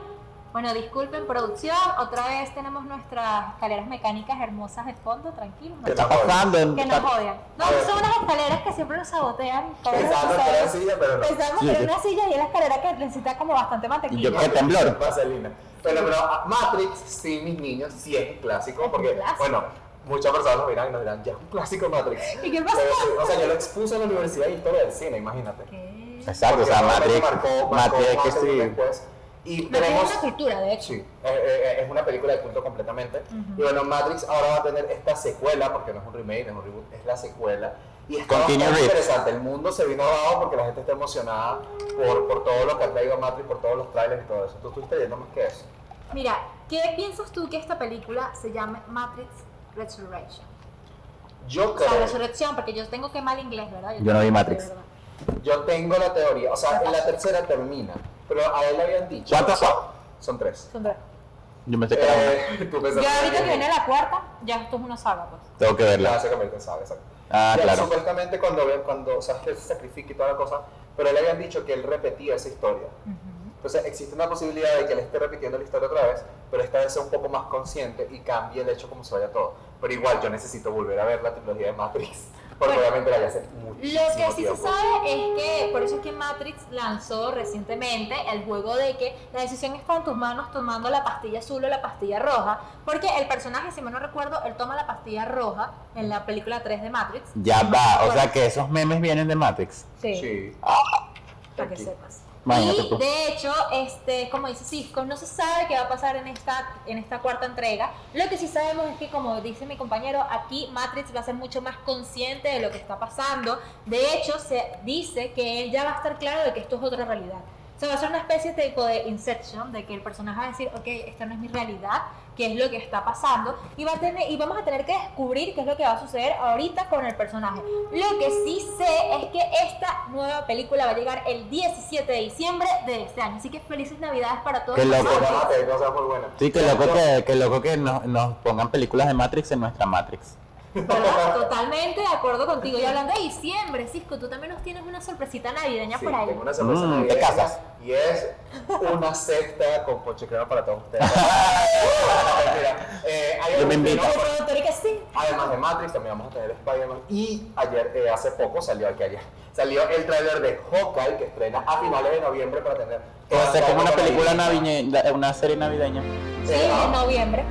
B: bueno, disculpen producción, otra vez tenemos nuestras escaleras mecánicas hermosas de fondo, tranquilos.
A: Que
B: No,
C: Está pasando.
B: que nos odian. No,
A: A ver.
B: son unas escaleras que siempre nos sabotean. todos los
A: Pensando que era
B: episodios.
A: así, pero no.
B: Pensamos
C: Sí,
B: que era
C: yo-
B: una silla y es la escalera que necesita como bastante mantequilla.
C: Yo- ¿Qué temblor?
A: Vaselina. Pero, pero ah, Matrix, sí, mis niños, sí es un clásico, porque,
B: clásico.
A: bueno, muchas personas nos dirán y nos dirán, ya es un clásico Matrix. [laughs]
B: ¿Y qué
A: Pero
B: pasó?
A: sí, o sea, yo lo expuse en la Universidad de Historia del Cine, imagínate.
B: ¿Qué?
C: Exacto, o sea,
A: Porque
C: Matrix,
A: marcó- marcó
C: Matrix que
A: Matrix
C: sí.
A: después. Y
B: Me tiene
A: tenemos...
B: una cultura, de hecho.
A: Sí, eh, eh, es una película de culto completamente.
B: Ujú.
A: Y bueno, Matrix ahora va a tener esta secuela, porque no es un remake, no es un reboot, es la secuela. Y está
C: Continue
A: bastante
C: Riff.
A: interesante. El mundo se vino abajo porque la gente está emocionada por, por todo lo que ha traído Matrix, por todos los trailers y todo eso. Tú estuviste viendo más que eso.
B: Mira, ¿qué piensas tú que esta película se llame Matrix Resurrection?
A: Yo
B: O sea,
A: creo,
B: Resurrección, porque yo tengo que mal inglés, ¿verdad?
C: Yo no vi
B: tengo
C: Matrix.
B: que ver, ¿verdad?
A: yo tengo la teoría, o sea, en la tercera termina, pero a él le habían dicho.
C: ¿Cuántas son?
A: Son tres.
B: Son tres.
C: Yo me estoy quedando.
A: Eh, [laughs] tú pensaste
B: Yo ahorita que
A: que-
B: viene la cuarta, ya esto es una saga, pues.
C: Tengo que
A: La
C: verla.
A: hace convertir en saga, exacto.
C: Ah,
A: Ya,
C: claro.
A: Supuestamente cuando, ve- cuando o sea, él se sacrifica y toda la cosa, pero le habían dicho que él repetía esa historia. Entonces existe una posibilidad de que él esté repitiendo la historia otra vez, pero esta vez sea un poco más consciente y cambie el hecho como se vaya todo. Pero igual yo necesito volver a ver la trilogía de Matrix, [laughs] porque
B: Bueno,
A: obviamente la voy a hacer muchísimo
B: Lo que sí se
A: tiempo.
B: sabe es que, por eso es que Matrix lanzó recientemente el juego de que la decisión está en tus manos tomando la pastilla azul o la pastilla roja, porque el personaje, si mal no recuerdo, él toma la pastilla roja en la película 3 de Matrix.
C: Ya va, o sea que esos memes vienen de Matrix.
A: Sí. Ah,
B: para que
A: Aquí.
B: sepas.
C: Imagínate
B: Y
C: tú.
B: de hecho, este, como dice Cisco, no se sabe qué va a pasar en esta, en esta cuarta entrega. Lo que sí sabemos es que, como dice mi compañero, aquí Matrix va a ser mucho más consciente de lo que está pasando. De hecho, se dice que él ya va a estar claro de que esto es otra realidad. O sea, va a ser una especie tipo de Inception, de que el personaje va a decir, ok, esta no es mi realidad, qué es lo que está pasando, y, va a tener, y vamos a tener que descubrir qué es lo que va a suceder ahorita con el personaje. Lo que sí sé es que esta nueva película va a llegar el 17 de diciembre de este año, así que felices navidades para todos.
C: Qué loco.
A: Pero
B: nosotros.
A: nada, te digo, o sea, muy buena.
C: Ah, Sí, qué loco
A: [laughs]
C: que, qué loco que nos, nos pongan películas de Matrix en nuestra Matrix.
A: [laughs]
B: ¿Verdad? Totalmente de acuerdo contigo. Y hablando de diciembre, Cisco, tú también nos tienes una sorpresita navideña
A: Sí,
B: por ahí.
A: tengo una sorpresa
C: Mm, te
A: navideña,
C: casas.
A: Y es una cesta con ponche crema para todos
C: [laughs]
A: ustedes. Mira, eh, hay
C: Yo me
A: algo que
C: invito.
A: no-
B: Como productor y que sí.
A: Además de Matrix, también vamos a tener Spider-Man. Y ayer, eh, hace poco, salió el que ayer, salió el trailer de Hawkeye que estrena a finales de noviembre para tener.
C: Va a ser como una
A: toda la
C: película
A: navideña.
C: navideña, una serie navideña.
B: Sí,
A: Eh,
B: en
A: no,
B: noviembre.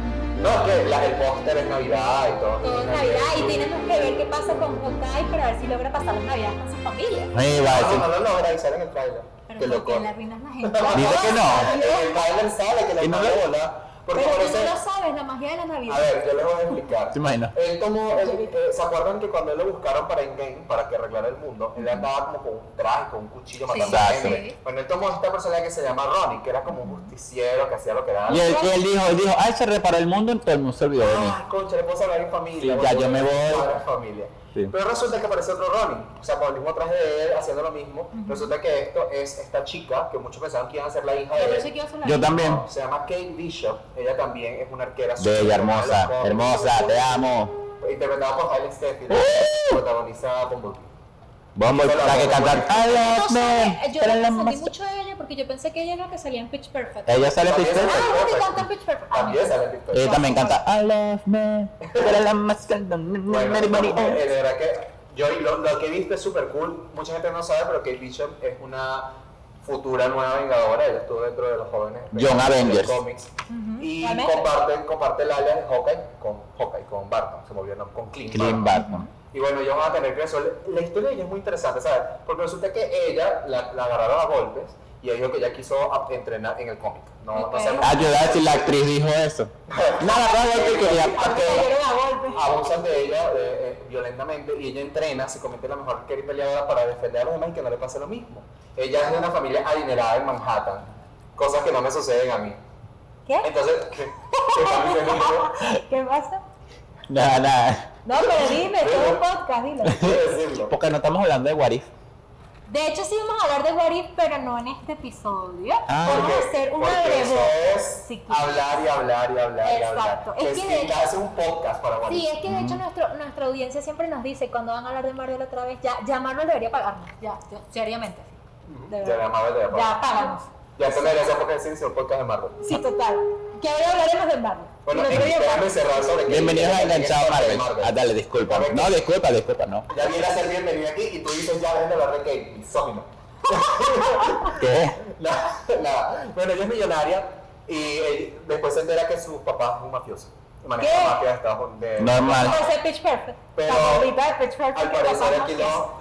A: no, que la- el póster es Navidad y todo.
B: Todo es Navidad y tenemos que ver qué pasa con Hawkeye para ver si logra pasar las Navidades con su familia.
C: Ay, va a
A: Ah, No, no,
C: decir-
A: no lo logra y sale en el trailer. Qué
B: Pero
A: loco.
B: porque
A: [laughs]
B: la arruinas la gente.
C: Dice que no.
A: En el trailer sale que la
C: Y no
A: hermana
C: lo-
A: bola, Porque
B: Pero tú
A: parece.
B: no lo sabes, la magia de la Navidad.
A: A ver, yo les voy a explicar.
C: ¿Te imaginas?
A: Él tomó, él, eh, ¿se acuerdan que cuando él lo buscaron para Endgame, para que arreglara el mundo, él andaba como con un traje, con un cuchillo
B: Sí.
A: matando a
C: Exacto.
A: gente? Bueno, él tomó esta persona que se llama Ronnie, que era como un justiciero, que hacía lo que era.
C: Y él, y él dijo, él dijo, ay, se reparó el mundo, todo el mundo se olvidó de mí.
A: Ah, concha, le puedo hablar en familia.
C: Sí, ya,
A: bueno,
C: yo me voy.
A: hablar en familia.
C: Sí.
A: Pero resulta que aparece otro Ronnie, o sea, con el mismo traje de él, haciendo lo mismo. Resulta que esto es esta chica que muchos pensaban que iba a ser la hija de
B: Yo
A: él.
B: pensé que iba a ser la
C: Yo
B: misma.
C: también.
A: No, Se llama Kate Bishop, ella también es una arquera.
C: Bella, hermosa,
A: supermodelo,
C: hermosa, te amo.
A: Interpretada por Helen
C: ¡Oh!
A: Steffi, protagonizada por Bucky.
C: Vamos
A: Solo
C: la que
A: como
C: cantar.
A: bonita.
C: I
B: No
C: love
B: sé,
C: me,
B: yo
C: pero
B: me
C: la
B: confundí
C: más-
B: mucho de ella porque yo pensé que ella es la que salía en Pitch Perfect.
C: Ella sale
A: También
C: pistol.
A: sale-
B: Ah, no, que canta en Pitch Perfect. Ah,
A: También
B: no.
A: sale en TikTok.
C: Ella también canta I love me, pero la más
A: Bueno,
C: Mary, Mary,
A: estamos- eh, de verdad que yo y lo, lo que he visto es súper cool. Mucha gente no sabe, pero Kate Bishop es una futura nueva vengadora. Ella estuvo dentro de los jóvenes
C: Young
A: vengadores de
C: Avengers.
A: cómics.
B: Ujú,
A: Y
B: realmente.
A: comparte, comparte el alias de Hawkeye con Hawkeye, con Barton, se movió el nombre, con Clint,
C: Clean
A: Barton.
C: Barton.
A: Y bueno, ellos van a tener que resolver. La historia de ella es muy interesante, ¿sabes? Porque resulta que ella la, la agarraron a golpes y ella dijo que ella quiso a- entrenar en el cómic. No,
B: Ok.
A: no sabemos.
C: Ah, yo iba a decir, la actriz dijo eso. [laughs] Nada, nada, yo que quería.
B: Porque cayeron a golpes.
A: abusan de ella eh, eh, violentamente y ella entrena, se convierte en la mejor arquera y peleadora para defender a los demás y que no le pase lo mismo. Ella es de una familia adinerada en Manhattan, cosas que no me suceden a mí.
B: ¿Qué?
A: Entonces, [laughs] ¿qué, qué están diciendo?
B: ¿Qué pasa?
C: Nada, nada.
B: No, pero dime, todo un podcast, dilo.
A: Quiero decirlo.
C: Porque no estamos hablando de Warif.
B: De hecho, sí vamos a hablar de What If, pero no en este episodio.
C: Ah.
B: vamos a
A: Porque-
B: hacer un
A: porque
B: agregón.
A: eso es
B: si quieres.
A: hablar y hablar y hablar y hablar.
B: Exacto. Es que de
A: que
B: hecho-
A: hace un podcast para Juan.
B: Sí, es que de hecho nuestro, nuestra audiencia siempre nos dice cuando van a hablar de Marvel otra vez, ya, ya Marvel debería pagarnos, ya, ya, seriamente. De
A: Ya
B: verdad.
A: la Marvel de
B: Ya páganos.
A: Ya eso me gracias por decir es un podcast de Marvel.
B: Sí, total. Que ahora hablaremos de Marvel.
A: Bueno,
B: Y
A: en-
B: otro día
A: déjame
B: Marvel.
A: cerrar sobre que-
C: Bienvenidos a
A: que-
C: Enganchado
A: que-
C: Marvel. Ah, dale, disculpa.
A: Correcto.
C: No, disculpa, disculpa, no.
A: Ya viene a ser bienvenido aquí y tú dices ya déjenme hablar de Kate, misógino.
C: ¿Qué?
A: [laughs] Nada, nada. Bueno, ella es millonaria y eh, después se entera que su papá es un mafioso. Maneja
B: ¿Qué?
A: la mafia de Estados Unidos. de-
C: Normal.
B: Vamos a hacer Pitch Perfect.
A: Pero-
B: la favorita de Pitch Perfect.
A: Al
B: que
A: parecer
B: pasamos
A: aquí
B: es-
A: lo,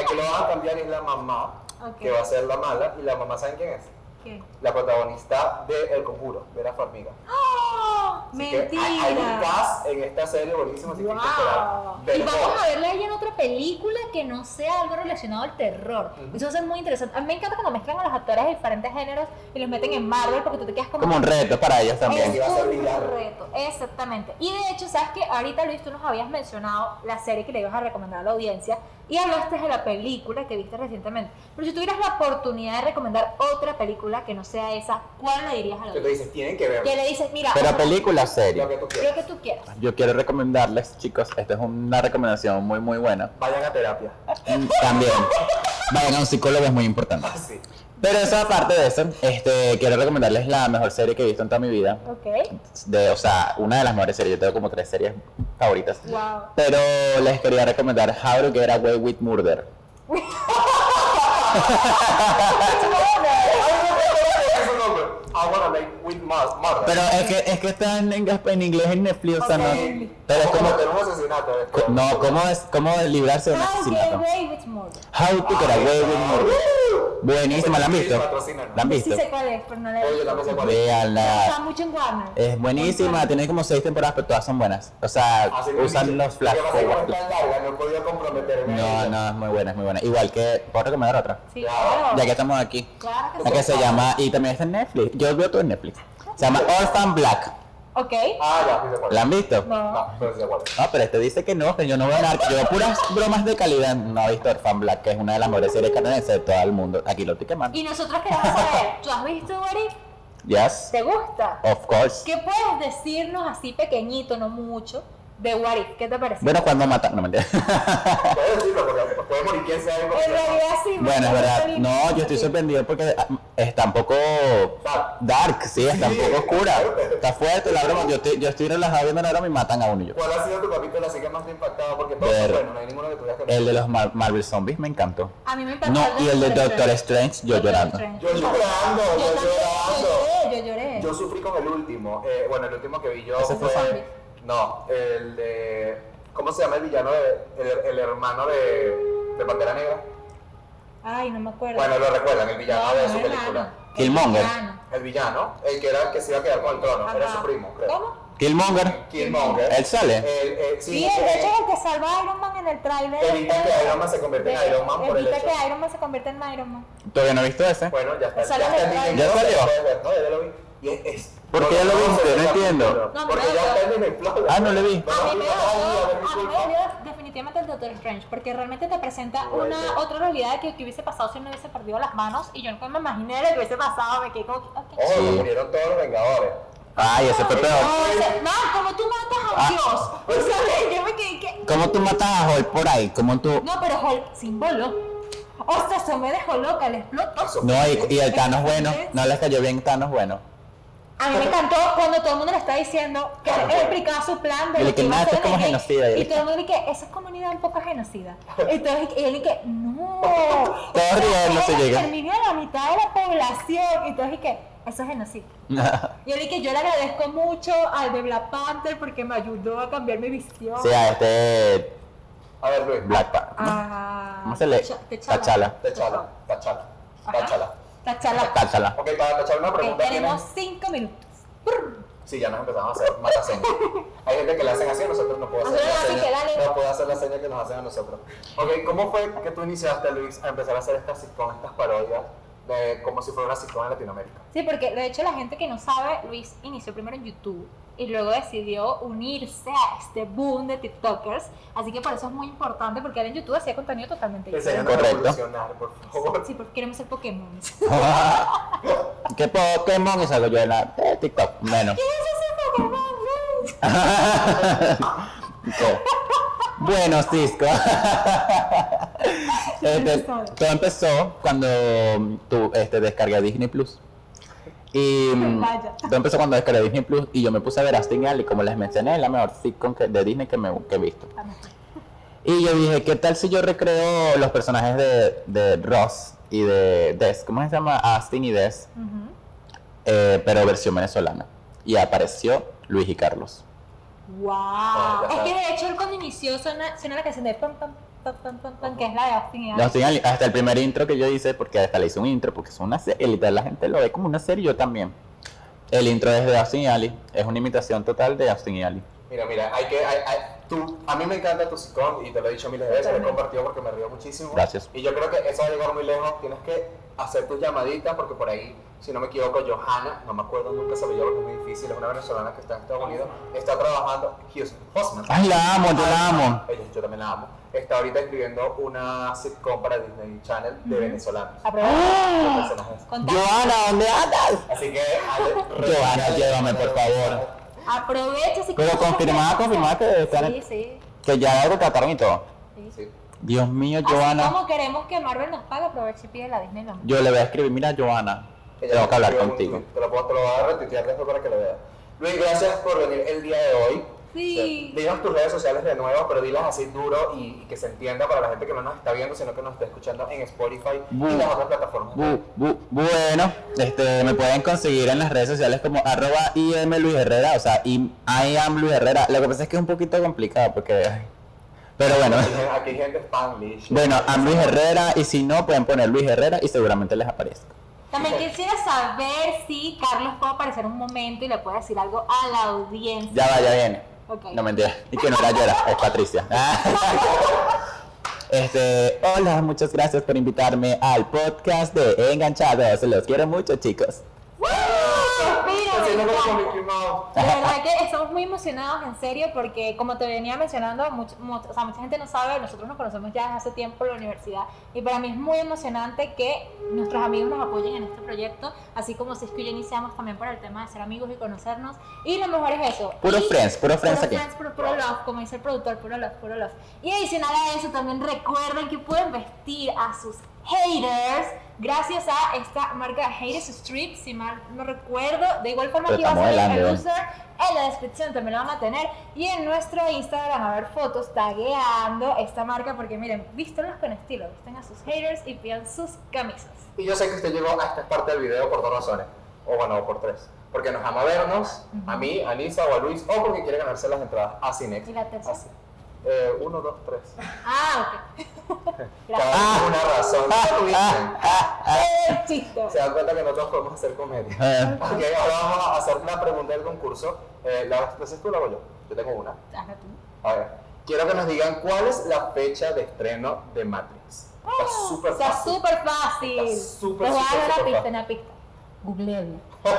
A: aquí lo van a cambiar es la mamá,
B: Ok.
A: que va a ser la mala, y la mamá ¿saben quién es?
B: ¿Qué?
A: La protagonista de El Conjuro, Vera Farmiga.
B: ¡Ah!
A: Así que Hay, hay un
B: ¡Mentira!
A: cast en esta serie buenísimo, así que hay que
B: Wow.
A: esperar.
B: Y
A: Ver
B: vamos
A: todo.
B: a verla ella en otra película que no sea algo relacionado al terror.
A: Ujú.
B: Eso va a ser muy interesante. A mí me encanta cuando mezclan a los actores de diferentes géneros y los meten en Marvel porque tú te quedas como.
C: Como un reto para ellos
A: Sí,
C: también.
A: va a ser
B: Es un
A: villano.
B: reto, exactamente. Y de hecho, sabes que ahorita Luis, tú nos habías mencionado la serie que le ibas a recomendar a la audiencia y hablaste de la película que viste recientemente. Pero si tuvieras la oportunidad de recomendar otra película que no sea esa, ¿cuál le dirías a la
A: Que tú
B: audiencia?
A: dices, tienen que ver
B: Que le dices, mira,
C: Pero
B: ojalá-
C: película o serie.
A: lo que tú
B: lo
A: quieras.
B: que tú quieras.
C: Yo quiero recomendarles, chicos, esta es una recomendación muy, muy buena.
A: Vayan a terapia.
C: Mm, También. Vayan a un psicólogo, es muy importante.
A: Así.
C: Pero eso, aparte de eso, este, quiero recomendarles la mejor serie que he visto en toda mi vida.
B: Ok.
C: De, o sea, una de las mejores series. Yo tengo como tres series favoritas. [laughs]
B: Wow.
C: Pero les quería recomendar How to Get Away with Murder. Ah,
A: Es un nombre. I wanna make with must, murder.
C: Pero es que, es que están en, gasp- en inglés en Netflix, o sea, no.
A: Eh,
C: Pero es
A: ¿cómo
C: como.
A: cometer un asesinato? eh. Es
C: co-
A: como-
C: No, ¿cómo, es, ¿cómo librarse de un
B: How get
C: asesinato?
B: away with murder.
C: How to Get Away with
A: Ah.
C: Murder. Buenísima, ¿la han visto?
A: Patrocínanos.
C: ¿La han
B: Sí
C: visto?
B: sé cuál es, pero no la he
A: Oye,
B: visto.
A: la mesa cuál es.
B: Está
C: Veanla.
B: mucho en Warner.
C: Es buenísima, tiene como seis temporadas, pero todas son buenas. O sea,
A: Así que
C: usan
A: dice,
C: los flash
A: Lo que pasa es que como es tan larga, no he podido comprometerme. a
C: No,
A: ella.
C: no, es muy buena, es muy buena. Igual que, ¿puedo recomendar otra?
B: Sí,
A: Claro.
B: claro.
C: Ya que estamos aquí.
B: Claro
C: La
B: que
C: que
B: sí.
C: se llama, y también está en Netflix. Yo veo todo en Netflix. Se llama Orphan Black.
B: Ok.
A: Ah, ya, sí se acuerda.
C: ¿La han visto?
B: No.
A: No, pero sí se acuerda.
C: Ah, No, pero este dice que no, que yo no voy a dar, yo puras bromas de calidad. No ha visto Orphan Black, que es una de las mejores series canadienses de todo el mundo. Aquí lo estoy quemando.
B: Y nosotros queremos saber, ¿tú has visto What If?
C: Yes,
B: ¿Te gusta?
C: of course.
B: ¿Qué puedes decirnos así pequeñito, no mucho, de What If? ¿Qué te parece?
C: Bueno, cuando matan,
B: [laughs]
C: no mentira.
A: Puedo decirlo, porque puede morir quien sea.
B: en realidad sí.
C: [laughs] Bueno, es
B: porque
C: verdad.
B: estoy-
C: No, yo estoy sorprendido porque ah, está un poco
A: Dark.
C: dark, sí, está un
A: Sí.
C: poco oscura. Está fuerte la broma. Yo estoy, yo estoy relajado viendo la broma y matan a uno y yo.
A: ¿Cuál ha sido tu capítulo así que más te ha impactado? Porque todos son
C: Ver.
A: buenos, no hay ninguno que tú veas que no.
C: El de los Mar- Marvel Zombies me encantó.
B: A mí me impactó.
C: No, y el de Doctor Strange, yo
B: Doctor
C: llorando.
B: Strange.
A: Yo llorando,
B: Yo
A: yo
B: también,
A: llorando.
B: Yo lloré, yo lloré.
A: Yo sufrí con el último. eh, bueno, el último que vi yo
C: Ese fue
A: fue.
B: Zombie.
A: No, el de. ¿Cómo se llama el villano? de- el, el hermano de, de Pantera Negra.
B: Ay, no me acuerdo.
A: Bueno, lo recuerdan, el villano
B: No,
A: de
B: no
A: su
B: era
A: película.
B: nada.
C: Killmonger.
B: Era
A: El villano, el que era el que se iba a quedar con el trono,
B: nada.
A: era
B: Ajá.
A: su primo, creo.
B: ¿Cómo?
C: Killmonger,
A: Killmonger.
C: ¿él sale?
A: El, eh, sí,
B: Sí, de hecho es el que salva a Iron Man en el tráiler.
A: Evita que Iron Man se convierta en Iron Man por el
B: Evita
A: hecho-
B: que Iron Man se convierta en Iron Man.
C: todavía no he visto ese.
A: Bueno, ya está.
B: Sale
A: Ya, está
B: en el
A: en
C: ¿Ya
A: Disney Plus,
C: salió?
A: lo puedes ver, No, ya lo vi. Y es- es-
C: ¿Por qué ya lo
A: no,
C: viste?
A: se
C: No
A: ve
C: entiendo.
A: capítulo.
B: No,
A: Porque
B: me
A: ya
B: da-
A: está en el Plus.
C: Ah, no le vi.
A: No,
B: A mí
A: no,
B: me
A: no, no, no, no, no,
B: dolió,
A: no,
B: a mí me
A: no, no, no,
B: dolió definitivamente el Doctor Strange, porque realmente te presenta una otra realidad que, que hubiese pasado si no hubiese perdido las manos. Y yo no me imaginé lo que hubiese pasado, me quedé como que, ok.
A: Ojo,
C: Sí.
A: murieron todos los Vengadores.
C: Ay, ese fue peor. Ah.
B: No, o sea, no, como tú matas a un dios. O sea, yo me quedé que.
C: ¿Cómo tú matas a Hulk por ahí? ¿Cómo tú...?
B: No, pero Hulk símbolo. O sea, se me dejó loca, le explotó.
A: Eso
C: No,
A: fue-
C: y, y el Thanos bueno, no les cayó bien Thanos bueno.
B: A mí me encantó cuando todo el mundo le está diciendo que
A: Claro,
B: él
A: claro.
B: explicaba su plan de
C: Y
B: lo
C: le que
B: iba a
C: nada,
B: hacer
C: eso es como
B: en el-
C: genocida, y
B: Y
C: le-
B: todo el mundo dice, esa es comunidad un poco
C: [laughs]
B: genocida. Entonces, y él dice, no. Todos
C: riendo se llega.
B: Terminó la mitad de la población. Y entonces dije, eso es genocida. Y él dije, yo le agradezco mucho al de Black Panther porque me ayudó a cambiar mi visión.
C: [laughs] Sí, a este
A: A ver, Luis.
C: Black Panther.
B: Ah,
C: ¿Cómo se le- T'Challa.
A: Tachala, tachala,
B: Ajá.
A: tachala.
B: Tachala.
C: [laughs] Cáchala.
A: Ok, para tachar una
B: Ok,
A: pregunta
B: tenemos
A: tienes-
B: cinco minutos.
A: Sí, ya nos empezamos a hacer
B: [laughs]
A: mataseñas. Hay gente que le hacen así, nosotros no podemos hacer
B: Nosotros
A: la
B: así
A: seña.
B: que dale.
A: No puedo hacer la seña que nos hacen a nosotros. Ok, ¿cómo fue que tú iniciaste, Luis, a empezar a hacer estas sitcoms, estas parodias, de, como si fuera una sitcom en Latinoamérica?
B: Sí, porque de hecho la gente que no sabe, Luis inició primero en YouTube y luego decidió unirse a este boom de TikTokers. Así que por eso es muy importante porque él en YouTube hacía contenido totalmente diferente.
A: Enséñanos a
C: correcto.
A: evolucionar, por favor.
B: Sí, porque queremos ser
C: [laughs]
B: Pokémon. ¿Qué es
C: ¿Qué Pokémon es algo yo en la de TikTok? Bueno.
B: ese Pokémon? Luis?
C: Co- [laughs] Bueno, Cisco. Este, todo empezó cuando tú este, descargué Disney Plus. Y mm,
B: Vaya.
C: todo empezó cuando descargué Disney Plus y yo me puse a ver Austin Alley, como les mencioné, es la mejor sitcom que- de Disney que, me, que he visto. Y yo dije, ¿qué tal si yo recreo los personajes de, de Ross y de Des? ¿Cómo se llama? Austin y Des,
B: Ujú.
C: eh, pero versión venezolana. Y apareció Luis y Carlos.
B: Wow.
A: ya
B: Es
A: sabes.
B: que de hecho él cuando inició suena, suena la canción de pam pam pam pam pam pam que es la de Austin y
C: No,
B: Alex.
C: sí, al- hasta el primer intro que yo hice, porque hasta le hice un intro, porque es una serie, literal la gente lo ve como una serie, yo también. El intro es de Austin y Ali, es una imitación total de Austin y Ali.
A: Mira, mira, hay que, hay, hay- tú, a mí me encanta tu sitcom y te lo he dicho miles de veces, lo he
B: Totalmente.
A: compartido porque me río muchísimo.
C: Gracias.
A: Y yo creo que eso va a llegar muy lejos, tienes que hacer tus llamaditas porque por ahí, si no me equivoco, Johanna, no me acuerdo nunca, se me llevó porque es muy difícil, es una venezolana que está en Estados Unidos, está trabajando, Houston Hosman.
C: Ay, la amo, yo la amo.
A: Ella- yo también la amo. Está ahorita escribiendo una sitcom para Disney Channel de venezolanos.
B: Ah.
A: Los
B: Aprovecha.
A: personajes.
B: Contá.
C: Joana, ¿dónde andas?
A: Así que, Ale,
C: Johanna, llévame, por favor.
B: Aprovecha si
C: Pero confirmada, confirmada que debe estar
B: Sí,
C: en-
B: sí.
C: Que ya lo trataron y todo.
B: sí.
A: Sí.
C: Dios mío,
B: Así
C: Joana.
B: como queremos que Marvel nos pague, aprovecha y pide la Disney nombre.
C: Yo le voy a escribir, mira, Joana,
A: Ella
C: tengo que hablar
A: escribió un
C: contigo.
A: tweet, Te lo, puedo- te lo voy a retuitear después para que lo veas. Luis, gracias por venir el día de hoy.
B: Sí.
A: Eh, Dinos tus redes sociales de nuevo, pero dilas así duro y, y que se entienda para la gente que no nos está viendo, sino que nos está escuchando en Spotify y
C: Bu-
A: las otras plataformas.
C: Bu- bu- bueno, este, me pueden conseguir en las redes sociales como arroba IM Luis Herrera, o sea, im- I am Luis Herrera. Lo que pasa es que es un poquito complicado porque... ay, Pero bueno,
A: Aquí hay- Aquí hay gente spanglish.
C: bueno, am Luis Herrera y si no, pueden poner Luis Herrera y seguramente les aparezco.
B: También quisiera saber si Carlos puede aparecer un momento y le puede decir algo a la audiencia.
C: Ya va, ya viene.
B: Ok.
C: No mentira. Y que no era yo, era, es Patricia. [laughs] Este, hola, muchas gracias por invitarme al podcast de Enganchados. Los quiero mucho, chicos.
B: ¡Wow! Mira,
A: Así
B: me
A: no como
B: encanta.
A: Mickey Mouse.
B: De verdad que estamos muy emocionados, en serio, porque como te venía mencionando, much- much- o sea, mucha gente no sabe, nosotros nos conocemos ya desde hace tiempo en la universidad y para mí es muy emocionante que nuestros amigos nos apoyen en este proyecto, así como Cisco y yo iniciamos también por el tema de ser amigos y conocernos y lo mejor es eso.
C: Puro
B: Y-
C: friends, puro friends
B: Puro
C: aquí.
B: friends, puro, puro love, como dice el productor, puro love, puro love. Y adicional a eso, también recuerden que pueden vestir a sus haters gracias a esta marca Haters Strip, si mal no recuerdo. De igual forma,
C: Pero
B: aquí va a
C: estamos
B: salir el
C: bailando.
B: user en la descripción, también lo van a tener. Y en nuestro Instagram, a ver fotos tagueando esta marca, porque miren, vístanlos con estilo, visten a sus haters y pidan sus camisas.
A: Y yo sé que usted llegó a esta parte del video por dos razones, o bueno, por tres. Porque nos ama vernos, a mí, a Nisa o a Luis, o porque quiere ganarse las entradas a Cinex.
B: ¿Y la tercera?
A: Así. Eh, uno, dos, tres.
B: Ah, ok. [laughs]
A: Cada
B: Gracias.
A: una razón.
B: Eh, chicos.
A: Se dan cuenta que nosotros podemos hacer comedia.
C: Eh,
A: Ok, ahora vamos a hacer una pregunta del concurso. Eh, ¿La haces tú o la hago yo? Yo tengo una.
B: Hazla tú.
A: A ver, quiero que nos digan cuál es la fecha de estreno de Matrix. Está súper
B: Ah, Está
A: fácil.
B: súper fácil.
A: Está súper,
B: Les voy a dar
A: súper,
B: una
A: súper [laughs]
B: pista,
A: fácil.
B: una pista. Google.
A: Va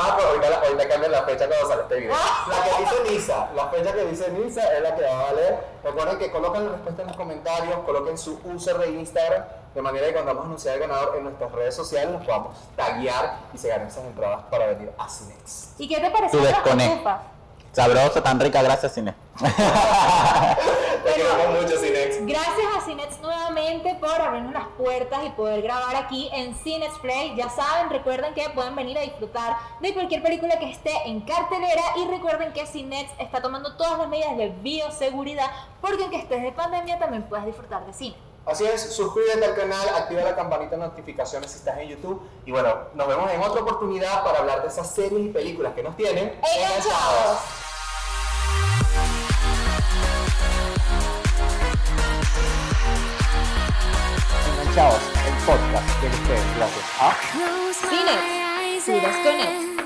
A: Ah, pero ahorita, ahorita cambian la fecha cuando sale este video. La que dice Nisa, la fecha que dice Nisa es la que va a valer. Recuerden que coloquen la respuesta en los comentarios, coloquen su user de Instagram, de manera que cuando vamos a anunciar el ganador en nuestras redes sociales, los podamos taguear y se ganen esas entradas para venir a Cinex.
B: ¿Y qué te pareció
C: Tú
B: las
C: desconecta.
B: cotufas?
C: Sabroso, tan rica, gracias, Cine.
A: Te queremos mucho, Cinex.
B: Gracias a Cinex nuevamente por abrirnos las puertas y poder grabar aquí en Cinex Play. Ya saben, recuerden que pueden venir a disfrutar de cualquier película que esté en cartelera y recuerden que Cinex está tomando todas las medidas de bioseguridad porque aunque estés de pandemia también puedes disfrutar de cine.
A: Así es, suscríbete al canal, activa la campanita de notificaciones si estás en YouTube. Y bueno, nos vemos en otra oportunidad para hablar de esas series y películas que nos tienen
B: ¡Enganchados!
C: Enganchados, el podcast de ustedes, gracias.
B: Cines,
D: Cines,
B: Judas con él.